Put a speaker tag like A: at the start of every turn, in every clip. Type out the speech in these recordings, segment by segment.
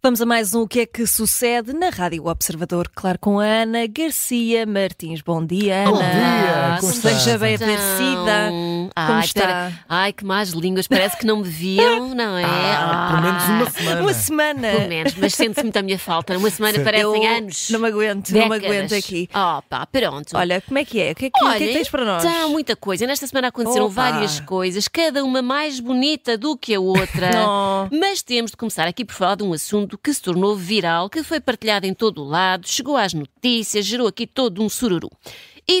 A: Vamos a mais um O que é que sucede na Rádio Observador, claro, com a Ana Garcia Martins. Bom dia, Ana.
B: Bom dia, como
A: Seja
B: estás?
A: bem-aparecida.
C: Então,
A: Como
C: Ai,
A: está?
C: espera. Ai, que más línguas. Parece que não me viam, não é?
B: Ah, pelo menos uma semana.
A: Uma semana.
C: Pelo menos, mas sente-se muito a minha falta. Uma semana parecem
A: Eu
C: anos.
A: Não me aguento, não me aguento aqui.
C: Oh, pá, pronto.
A: Olha, como é que é? O que é que, o que é que
C: Olha,
A: tens para nós?
C: Então, muita coisa. Nesta semana aconteceram
A: Opa.
C: várias coisas, cada uma mais bonita do que a outra.
A: Não.
C: Mas temos de começar aqui por falar de um assunto que se tornou viral, que foi partilhado em todo o lado, chegou às notícias, gerou aqui todo um sururu. E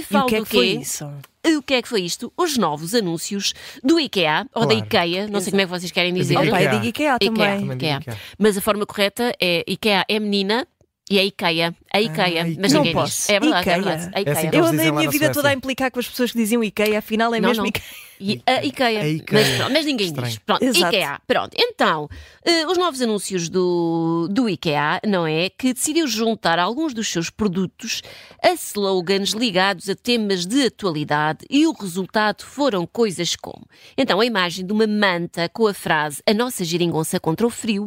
A: e o
C: falo
A: que é
C: do
A: que
C: quê?
A: foi isso?
C: O que é que foi isto? Os novos anúncios do IKEA ou da
B: Claro.
C: IKEA, não sei como é que vocês querem dizer.
B: digo
A: Opa, eu
B: IKEA.
A: digo IKEA também.
B: Também
C: IKEA.
B: digo IKEA.
C: Mas a forma correta é IKEA é menina e é IKEA. A IKEA.
B: Ah, IKEA.
C: Mas
A: Não
C: ninguém diz.
A: posso.
C: É verdade,
A: IKEA.
C: é verdade. A
B: É assim
C: IKEA.
B: que
A: Eu
B: eles
A: andei
B: dizem
A: a
B: lá
A: minha
B: na
A: vida toda a
B: Suécia.
A: implicar com as pessoas que diziam IKEA, afinal é
C: Não,
A: mesmo
C: não.
A: IKEA.
C: E a IKEA.
B: A IKEA.
C: Mas, pronto, mas ninguém diz.
B: Estranho.
C: Pronto,
A: Exato.
C: IKEA. Pronto, então, eh, os novos anúncios do, do IKEA, não é? Que decidiu juntar alguns dos seus produtos a slogans ligados a temas de atualidade e o resultado foram coisas como. Então, a imagem de uma manta com a frase A nossa geringonça contra o frio,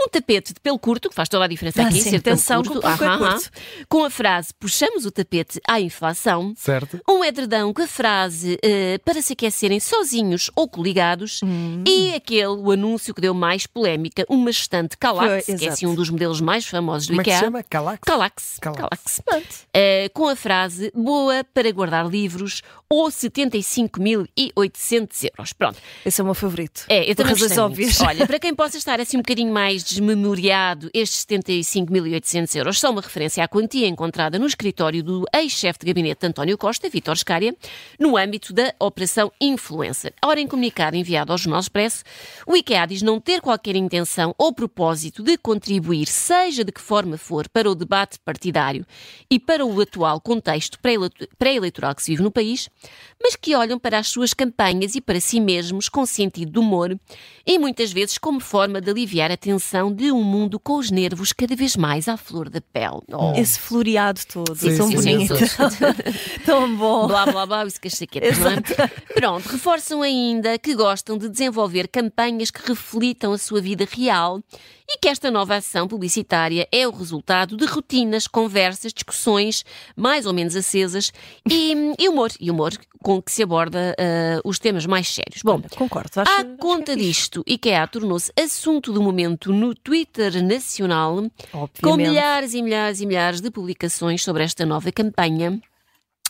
C: um tapete de pelo curto, que faz toda a diferença
A: Ah,
C: aqui,
A: sim,
C: ser pelo
A: atenção,
C: curto,
A: com o pelo
C: aham,
A: curto.
C: aham, com a frase Puxamos o tapete à inflação.
B: Certo?
C: Um edredão com a frase eh, para se aquecerem sozinhos ou coligados
B: Hum.
C: e aquele, o anúncio que deu mais polémica, uma estante Calax,
A: Foi,
C: que é
A: exato.
C: assim, um dos modelos mais famosos do
B: Como é que se
C: IKEA.
B: chama? Calax?
C: Calax.
B: Calax.
C: Calax.
A: Pronto.
C: Eh, com a frase boa para guardar livros ou 75.800 euros. Pronto.
A: Esse é o meu favorito.
C: É, eu
A: Por
C: também
A: razões
C: gostei muito.
A: óbvias.
C: Olha, para quem possa estar assim um bocadinho mais desmemoriado, estes 75.800 euros são uma referência à quantia encontrada no escritório do ex-chefe de gabinete de António Costa, Vítor Scária, no âmbito da Operação Influencer. Ora, em comunicado enviado ao Jornal Expresso, o IKEA diz não ter qualquer intenção ou propósito de contribuir, seja de que forma for, para o debate partidário e para o atual contexto pré-eleito- pré-eleitoral que se vive no país, mas que olham para as suas campanhas e para si mesmos com sentido de humor e muitas vezes como forma de aliviar a tensão de um mundo com os nervos cada vez mais à flor da pele. Oh.
A: Esse floreado todo.
B: Sim,
A: tão
B: sim, sim,
A: bonito. tão bom.
C: Blá blá blá, isso que as saquetas, não é? Pronto, reforçam ainda que gostam de desenvolver campanhas que reflitam a sua vida real e que esta nova ação publicitária é o resultado de rotinas, conversas, discussões mais ou menos acesas e, e humor, e humor com que se aborda ah, os temas mais sérios. Bom,
A: Concordo. Acho, é
C: à conta disto, IKEA tornou-se assunto do momento no Twitter nacional, com
A: Obviamente.
C: milhares e milhares e milhares de publicações sobre esta nova campanha.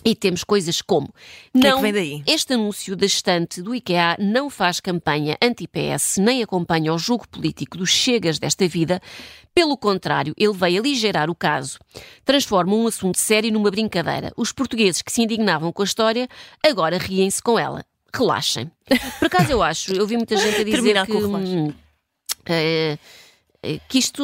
C: E temos coisas como.
A: que é
C: Não,
A: que vem daí?
C: Este anúncio da estante do IKEA não faz campanha anti-PS, nem acompanha o jogo político dos chegas desta vida. Pelo contrário, ele veio aligerar o caso. Transforma um assunto sério numa brincadeira. Os portugueses que se indignavam com a história agora riem-se com ela. Relaxem. Por acaso eu acho, eu vi muita gente a dizer
A: Terminar
C: que.
A: com o relaxo.
C: hum, eh, eh, que isto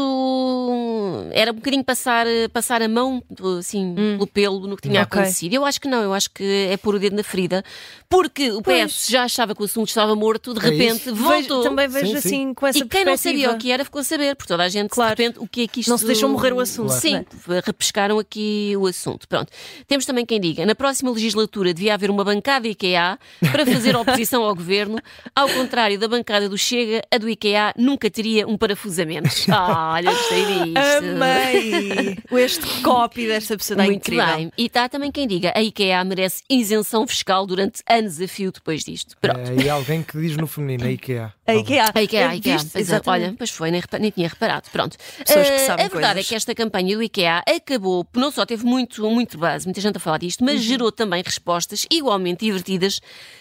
C: hum, era um bocadinho passar, passar a mão assim, pelo pelo no que tinha
A: Hum. Ok.
C: acontecido. Eu acho que não, eu acho que é pôr o dedo na ferida, porque o PS
A: Pois.
C: já achava que o assunto estava morto, de
B: É
C: repente voltou.
A: Vejo- também vejo
B: Sim, sim.
A: assim com essa
C: e quem não sabia
A: perspectiva.
C: o que era ficou a saber, porque toda a gente,
A: Claro.
C: de repente, o que é que isto...
A: Não se deixou morrer o assunto,
C: Sim, repescaram aqui o assunto. Pronto. Temos também quem diga, na próxima legislatura devia haver uma bancada IKEA para fazer oposição ao governo. Ao contrário da bancada do Chega, a do IKEA nunca teria um parafusamento. Ah, olha, gostei disto.
A: Amei é este copy desta pessoa dá
C: Muito
A: incrível.
C: bem. E está também quem diga, a IKEA merece isenção fiscal durante anos a fio depois disto. Pronto.
B: É, e alguém que diz no feminino, a IKEA.
A: A IKEA.
C: A IKEA,
A: Eu-
C: a IKEA.
A: viste?
C: Pois é,
A: Exatamente.
C: olha, pois foi, nem, repa- nem tinha reparado. Pronto.
A: Pessoas que
C: Eh,
A: sabem
C: a verdade
A: coisas.
C: é que esta campanha do IKEA acabou, não só teve muito, muito base, muita gente a falar disto,
A: Uhum.
C: mas gerou também respostas igualmente divertidas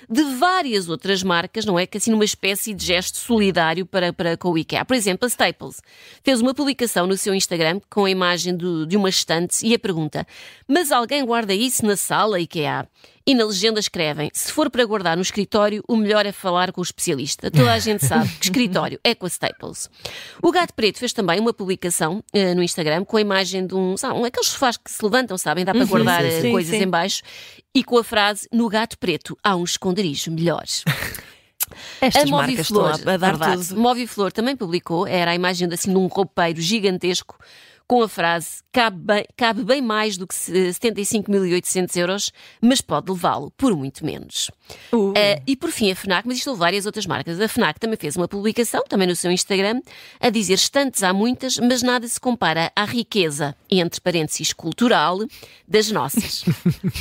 C: de várias outras marcas, não é? Que assim, numa espécie de gesto solidário para, para com o IKEA. Por exemplo, a Staples fez uma publicação no seu Instagram com a imagem do- de uma estante e a pergunta: Mas alguém guarda isso na sala IKEA? E na legenda escrevem: se for para guardar no escritório, o melhor é falar com o especialista. Toda a gente sabe que escritório é com a Staples. O Gato Preto fez também uma publicação eh, no Instagram com a imagem de um, sabe, um aqueles sofás que se levantam, sabem, dá para guardar
A: Uhum. sim,
C: eh,
A: sim.
C: coisas
A: Sim, sim.
C: em baixo, e com a frase: no Gato Preto há um esconderijo melhores.
A: Estas
C: a
A: marcas estão
C: Moviflor,
A: a, a dar
C: verdade.
A: tudo.
C: Moviflor também publicou, era a imagem de, assim, de um roupeiro gigantesco com a frase cabe bem, cabe bem mais do que se- 75.800 euros, mas pode levá-lo por muito menos.
A: Uh.
C: Eh, e por fim a FNAC, mas isto houve várias outras marcas. A FNAC também fez uma publicação, também no seu Instagram, a dizer estantes há muitas, mas nada se compara à riqueza, entre parênteses, cultural, das nossas.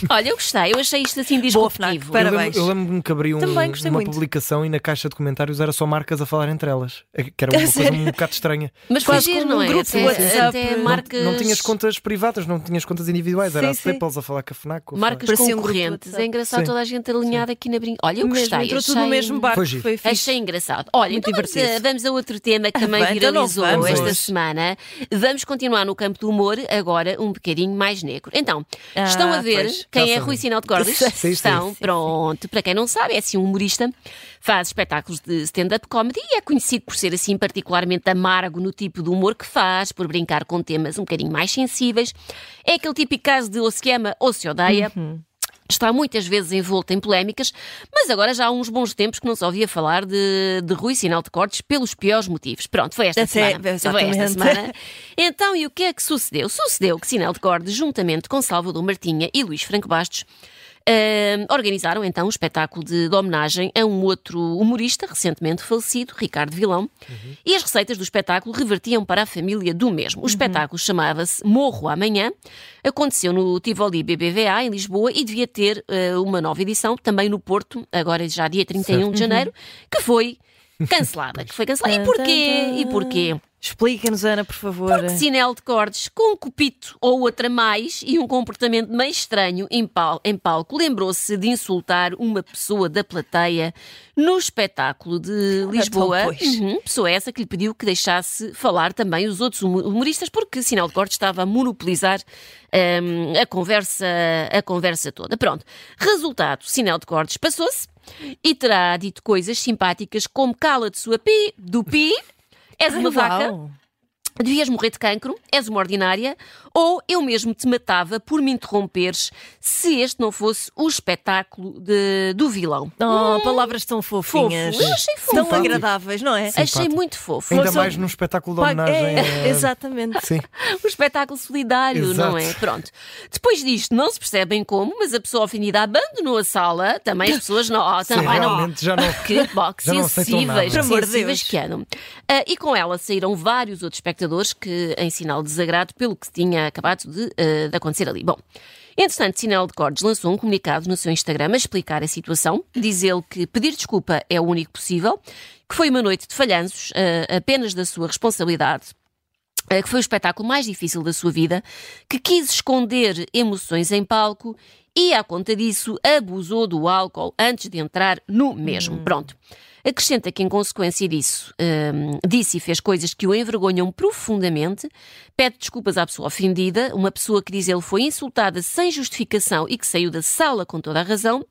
C: Olha, eu gostei, eu achei isto assim
A: Boa, FNAC,
C: disruptivo.
A: para-
B: Eu lembro-
A: Parabéns.
B: Eu lembro-me que abri um-
A: Também gostei
B: uma
A: muito.
B: publicação e na caixa de comentários era só marcas a falar entre elas. É Que era uma coisa
A: sério?
B: um bocado estranha.
C: Mas foi
A: Quase
C: giro,
A: como
C: não
A: um
C: é?
A: grupo de
C: até,
A: WhatsApp.
C: até
A: Não- não
C: marcas,
B: Não tinhas contas privadas, não tinhas contas individuais. era
A: Sim,
B: a
A: sim.
B: Staples a falar com a FNAC. ou a
C: marcas
B: FNAC.
A: Parecia um grupo de
C: concorrentes. é
A: WhatsApp.
C: engraçado
B: Sim.
C: toda a gente alinhada aqui na brinca. Olha, eu
A: Mesmo,
C: gostei.
A: entrou tudo no
C: achei-
A: mesmo barco. Foi,
B: Foi giro.
A: fixe.
C: Achei engraçado. Olha,
A: Muito
C: então vamos,
A: divertido.
C: a- vamos a outro tema que
A: Ah,
C: também
A: bem, então não
C: viralizou
A: vamos
C: esta
A: hoje.
C: semana. Vamos continuar no campo do humor, agora um bocadinho mais negro. Então,
A: Ah,
C: estão a ver
A: pois.
C: quem
B: Já
C: é
B: sabem.
C: Rui Sinal de Gordas?
A: Sim,
B: sim.
C: estão, pronto. Para quem não sabe, é assim um humorista, faz espetáculos de stand-up comedy e é conhecido por ser assim particularmente amargo no tipo de humor que faz, por brincar com temas um bocadinho mais sensíveis. É aquele típico caso de ou se ama ou se odeia.
A: Uhum.
C: Está muitas vezes envolto em polémicas, mas agora já há uns bons tempos que não se ouvia falar de, de Rui Sinal de Cortes pelos piores motivos. Pronto, foi esta
A: Até-
C: semana. Foi
A: exatamente.
C: esta semana. Então, e o que é que sucedeu? Sucedeu que Sinal de Cortes, juntamente com Salvador Martinha e Luís Franco Bastos, eh, organizaram então um espetáculo de, de homenagem a um outro humorista recentemente falecido, Ricardo Vilão, e as receitas do espetáculo revertiam para a família do mesmo. O espetáculo chamava-se Morro Amanhã, aconteceu no Tivoli BBVA, em Lisboa, e devia ter eh, uma nova edição também no Porto, agora já dia 31 de janeiro, que foi cancelada. que foi cancelada. E porquê? E porquê?
A: Explica-nos, Ana, por favor.
C: Porque sinal de cordes com um cupito ou outra mais e um comportamento meio estranho em, pal- em palco lembrou-se de insultar uma pessoa da plateia no espetáculo de Lisboa.
A: então, pois.
C: Uhum, pessoa essa que lhe pediu que deixasse falar também os outros humo- humoristas, porque sinal de cortes estava a monopolizar hum, a, conversa, a conversa toda. Pronto. Resultado: sinal de cortes passou-se e terá dito coisas simpáticas como cala-te sua pi, do pi. És uma
A: Ai,
C: vaca,
A: uau.
C: Devias morrer de cancro, és uma ordinária, ou eu mesmo te matava por me interromperes se este não fosse o espetáculo de- do vilão.
A: Oh, palavras tão
C: Fofo.
A: fofinhas.
C: Eu achei fofo.
A: Tão
B: Simpático.
A: agradáveis, não é?
C: Achei
B: Simpático.
C: muito fofo.
B: Ainda
A: Força-
B: mais num espetáculo de
A: Pá,
B: homenagem.
A: é,
B: a-
A: exatamente.
B: Sim.
C: um espetáculo solidário,
B: Exato.
C: não é? Pronto. Depois disto, não se percebem como, mas a pessoa ofendida abandonou a sala, também as pessoas não. ah,
B: Sim,
C: também não.
B: realmente já não.
C: Que, bom, que
B: Já não aceitam nada.
C: sensíveis,
A: Por amor de
C: sensíveis
A: Deus.
C: que andam. Ah, e com ela saíram vários outros espectadores que, em sinal de desagrado pelo que tinha acabado de, ah, de acontecer ali. Bom, entretanto, Sinal de Cordes lançou um comunicado no seu Instagram a explicar a situação. Diz ele que pedir desculpa é o único possível, que foi uma noite de falhanços, ah, apenas da sua responsabilidade, eh, que foi o espetáculo mais difícil da sua vida, que quis esconder emoções em palco e, à conta disso, abusou do álcool antes de entrar no mesmo. Pronto. Acrescenta que, em consequência disso, hum, disse e fez coisas que o envergonham profundamente, pede desculpas à pessoa ofendida, uma pessoa que diz ele foi insultada sem justificação e que saiu da sala com toda a razão,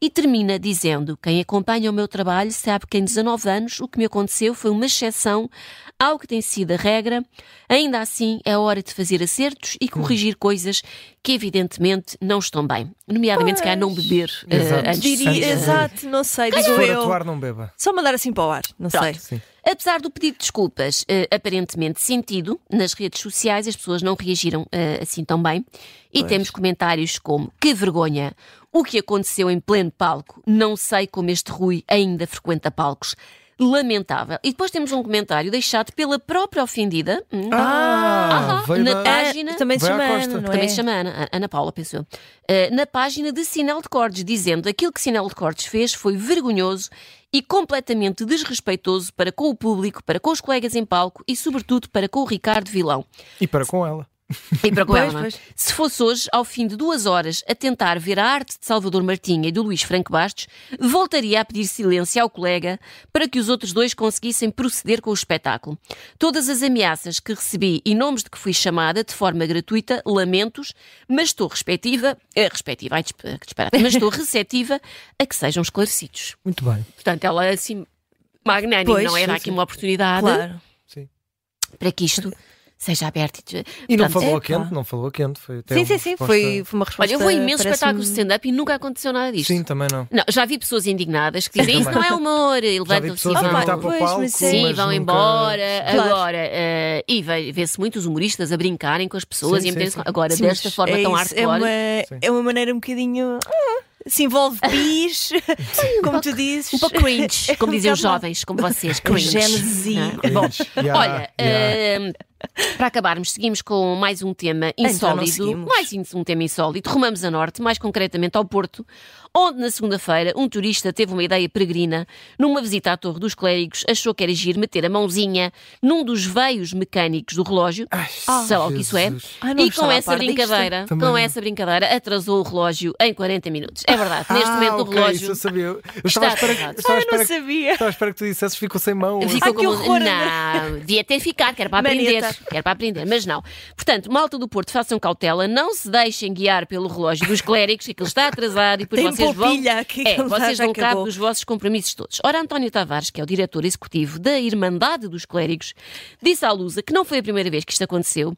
C: e termina dizendo: Quem acompanha o meu trabalho sabe que em 19 anos o que me aconteceu foi uma exceção ao que tem sido a regra. Ainda assim, é hora de fazer acertos e corrigir coisas que, evidentemente, não estão bem. Nomeadamente, se calhar, não beber eh,
B: Exato.
C: antes de
A: Diria,
C: sair.
A: exato, não sei,
B: Se
A: digo
B: for
A: eu.
B: atuar, não beba.
A: Só mandar assim para o ar, não
C: Pronto.
A: sei.
B: Sim.
C: Apesar do pedido de desculpas eh, aparentemente sentido, nas redes sociais as pessoas não reagiram eh, assim tão bem. E temos comentários como: que vergonha! O que aconteceu em pleno palco? Não sei como este Rui ainda frequenta palcos. Lamentável. E depois temos um comentário deixado pela própria ofendida. hum,
B: Ah,
C: Ahá,
B: veio
C: na
B: da-
A: é.
C: tarde. Página.
A: também se
B: Vai à
A: chama Ana,
B: costa.
A: não é?
C: também se chama Ana, Ana Paula, pensou. na página de Sinal de Cordes, dizendo aquilo que Sinal de Cordes fez foi vergonhoso e completamente desrespeitoso para com o público, para com os colegas em palco e, sobretudo, para com o Ricardo Vilão.
B: E para com ela.
C: E para com
A: Pois,
C: ela, não é?
A: pois.
C: Se fosse hoje, ao fim de duas horas, a tentar ver a arte de Salvador Martinha e do Luís Franco Bastos, voltaria a pedir silêncio ao colega para que os outros dois conseguissem proceder com o espetáculo. Todas as ameaças que recebi e nomes de que fui chamada de forma gratuita, lamentos, mas estou respectiva, eh, respectiva, ai, despe- que disparate, mas estou receptiva a que sejam esclarecidos.
B: Muito bem.
C: Portanto, ela é assim magnânima,
A: Pois,
C: não é? Dá
A: sim,
C: aqui
A: sim.
C: uma oportunidade
A: Claro.
C: para que isto seja aberto. E,
B: E não
C: Portanto,
B: falou a
A: Epa.
B: quente, não falou a quente. Foi até
A: Sim,
B: uma
A: sim, sim.
B: resposta-
A: Foi, foi uma resposta.
C: Olha, eu vou a imensos
A: parece-me-
C: espetáculos de stand-up e nunca aconteceu nada disto.
B: Sim, também não.
C: Não, já vi pessoas indignadas que dizem
B: Sim,
C: isso não é humor, e
B: Já vi
C: levantam-se e
B: pessoas a
A: Opa,
C: vão.
B: gritar para o
A: pois,
B: palco.
A: mas
C: Sim,
B: mas
C: vão
B: nunca-
C: embora.
A: Claro.
C: Agora, eh, e vê- vê-se muitos humoristas a brincarem com as pessoas e
B: Sim,
C: a
B: sim,
C: meterem-se
B: sim.
C: com- Agora,
A: Sim, mas
C: desta forma
A: é
C: tão
A: isso, é
C: hardcore.
A: uma,
B: Sim.
A: é uma maneira um bocadinho. ah, se envolve bis, como tu dizes.
C: Um pouco cringe, como
A: um
C: dizem os
A: bocado mal.
C: jovens, como vocês,
A: Um
C: cringe.
A: Gen Z.
C: não é?
B: Cringe.
C: Bom,
B: Yeah,
C: Olha,
B: yeah.
C: ehm, para acabarmos, seguimos com mais um tema
A: Então, não
C: insólito.
A: seguimos.
C: mais in- um tema insólito. Rumamos a norte, mais concretamente ao Porto, onde na segunda-feira um turista teve uma ideia peregrina. Numa visita à Torre dos Clérigos, achou que era agir meter a mãozinha num dos veios mecânicos do relógio.
B: Ai,
C: Sei lá o que isso é.
B: Jesus.
A: Ai, não
C: E
A: estava
C: com
A: a
C: essa
A: par disto.
C: brincadeira,
B: Também
C: com
B: não.
C: essa brincadeira, atrasou o relógio em 40 minutos. É verdade, neste
B: Ah,
C: momento
B: ok,
C: o relógio.
B: Isso eu sabia. Eu estava à espera,
C: atrasado.
B: eu estava à
A: Ah, eu não
B: espera, que-
A: sabia.
B: estava à espera que tu dissesses ficou sem mão.
C: Eu
B: assim.
C: Ficou
A: que
C: como...
A: horror!
C: Não, devia ter ficado, que era para aprender.
A: Maneta.
C: Que era para aprender, mas não. Portanto, malta do Porto, façam cautela, não se deixem guiar pelo relógio dos clérigos, que aquilo está atrasado e depois
A: Tem
C: vocês vão.
A: polpilha aqui,
C: é,
A: aquilo já-
C: vocês
A: já
C: vão cabo
A: acabou.
C: dos vossos compromissos todos. Ora, António Tavares, que é o diretor executivo da Irmandade dos Clérigos, disse à Lusa que não foi a primeira vez que isto aconteceu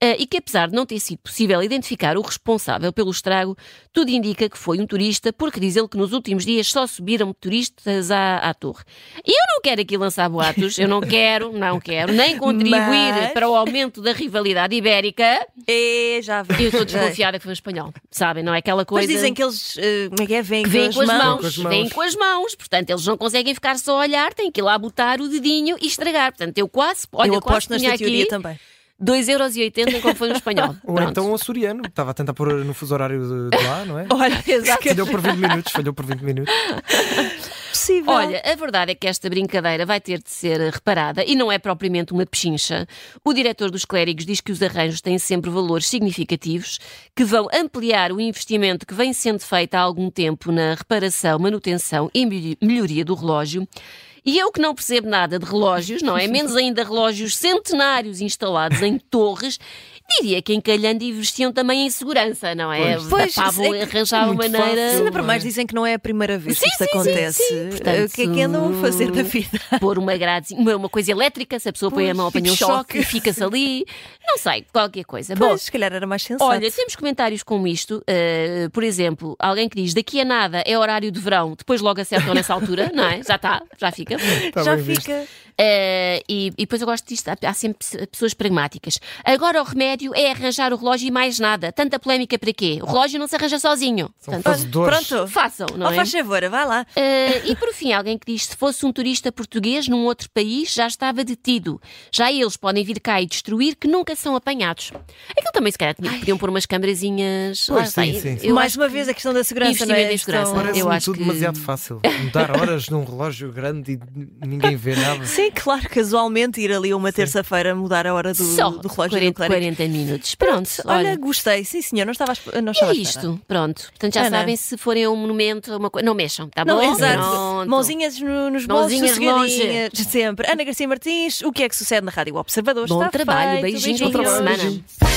C: eh, e que, apesar de não ter sido possível identificar o responsável pelo estrago, tudo indica que foi um turista, porque diz ele que nos últimos dias só subiram turistas à, à torre. E eu não quero aqui lançar boatos, eu não quero, não quero, nem contribuir
A: Mas-
C: para o aumento da rivalidade ibérica.
A: É, já vi.
C: Eu estou
A: Já-
C: desconfiada que foi um espanhol, sabem? Não é aquela coisa.
A: Mas dizem que eles. eh, Como é que é? Vêm
C: Que vêm com as
B: Com as
C: mãos,
B: mãos.
C: vêm com as mãos, portanto eles não conseguem ficar só a olhar, têm que ir lá botar o dedinho e estragar. Portanto, eu quase, olha,
A: Eu
C: eu quase
A: aposto
C: tinha
A: nesta teoria
C: aqui
A: também.
C: 2,80€ como foi um espanhol.
B: Ou
C: Pronto.
B: então um açoriano, que estava a tentar pôr no fuso horário de, de lá, não é?
A: Olha, exato.
B: Falhou por 20 minutos, falhou por 20 minutos.
A: possível.
C: Olha, a verdade é que esta brincadeira vai ter de ser reparada e não é propriamente uma pechincha. O diretor dos clérigos diz que os arranjos têm sempre valores significativos, que vão ampliar o investimento que vem sendo feito há algum tempo na reparação, manutenção e melho- melhoria do relógio. E eu que não percebo nada de relógios, não é? Menos ainda relógios centenários instalados em torres, diria que em Calhando investiam também em segurança, não é?
A: Pois,
C: Tapavam,
A: é que-
C: arranjavam
B: muito
C: maneira.
B: fácil.
A: Ainda para mais dizem que não é a primeira vez
C: Sim,
A: que isto
C: sim, sim,
A: acontece.
C: sim. Portanto,
A: o que é que andam a fazer da vida?
C: pôr uma grade, uma, uma coisa elétrica, se a pessoa põe a
A: Pois,
C: mão, apanha um
A: tipo
C: choque
A: choque.
C: e fica-se ali. Não sei, qualquer coisa. Bom,
A: Pois, se calhar era mais sensato.
C: olha, temos comentários como isto. eh, por exemplo, alguém que diz daqui a nada é horário de verão, depois logo acertam nessa altura, não é? Já está, já fica.
B: Está
A: já
B: Tá bem visto.
A: fica.
C: Eh, e, e depois eu gosto disto, há, há sempre pe- pessoas pragmáticas. Agora o remédio é arranjar o relógio e mais nada. Tanta polémica para quê? O relógio não se arranja sozinho.
B: São
C: Portanto,
B: fazedores.
A: Pronto.
C: façam, não
A: Ó,
C: é?
A: faz favor, vai lá.
C: Eh, e por fim, alguém que diz: se fosse um turista português num outro país, já estava detido. Já eles podem vir cá e destruir, que nunca são apanhados. Aquilo também, se calhar, tinha, podiam pôr umas câmarazinhas.
B: Pois,
C: lá está,
B: sim, sim, sim.
C: eu
A: mais
C: acho
A: uma
C: que
A: vez a questão da segurança, não
C: investimento
A: é?
C: em segurança.
A: Questão-
C: Eu
B: Parece-me
C: acho
B: tudo
C: que-
B: demasiado fácil. Mudar horas num relógio grande e ninguém vê nada.
A: Sim, claro, casualmente ir ali uma terça-feira mudar a hora do,
C: Só
A: do relógio
C: 40,
A: do Clérigo.
C: 40 minutos. Pronto,
A: Olha,
C: olha.
A: gostei, sim senhor, não estava, à esp- não
C: E
A: estava
C: é
A: à espera.
C: isto, pronto. Portanto, já
A: Ana.
C: sabem, se forem a um monumento, a uma coisa. Não mexam, tá
A: Não,
C: bom?
A: exato.
C: Pronto.
A: Mãozinhas no- nos
C: Mãozinhas
A: bolsos,
C: longe.
A: sossegadinhas, sempre. Ana Garcia Martins, o que é que sucede na Rádio Observador?
C: Bom
A: Está
C: trabalho,
A: feito.
C: beijinhos, bom fim de
A: Beijinhos.
C: semana.
B: Beijinho.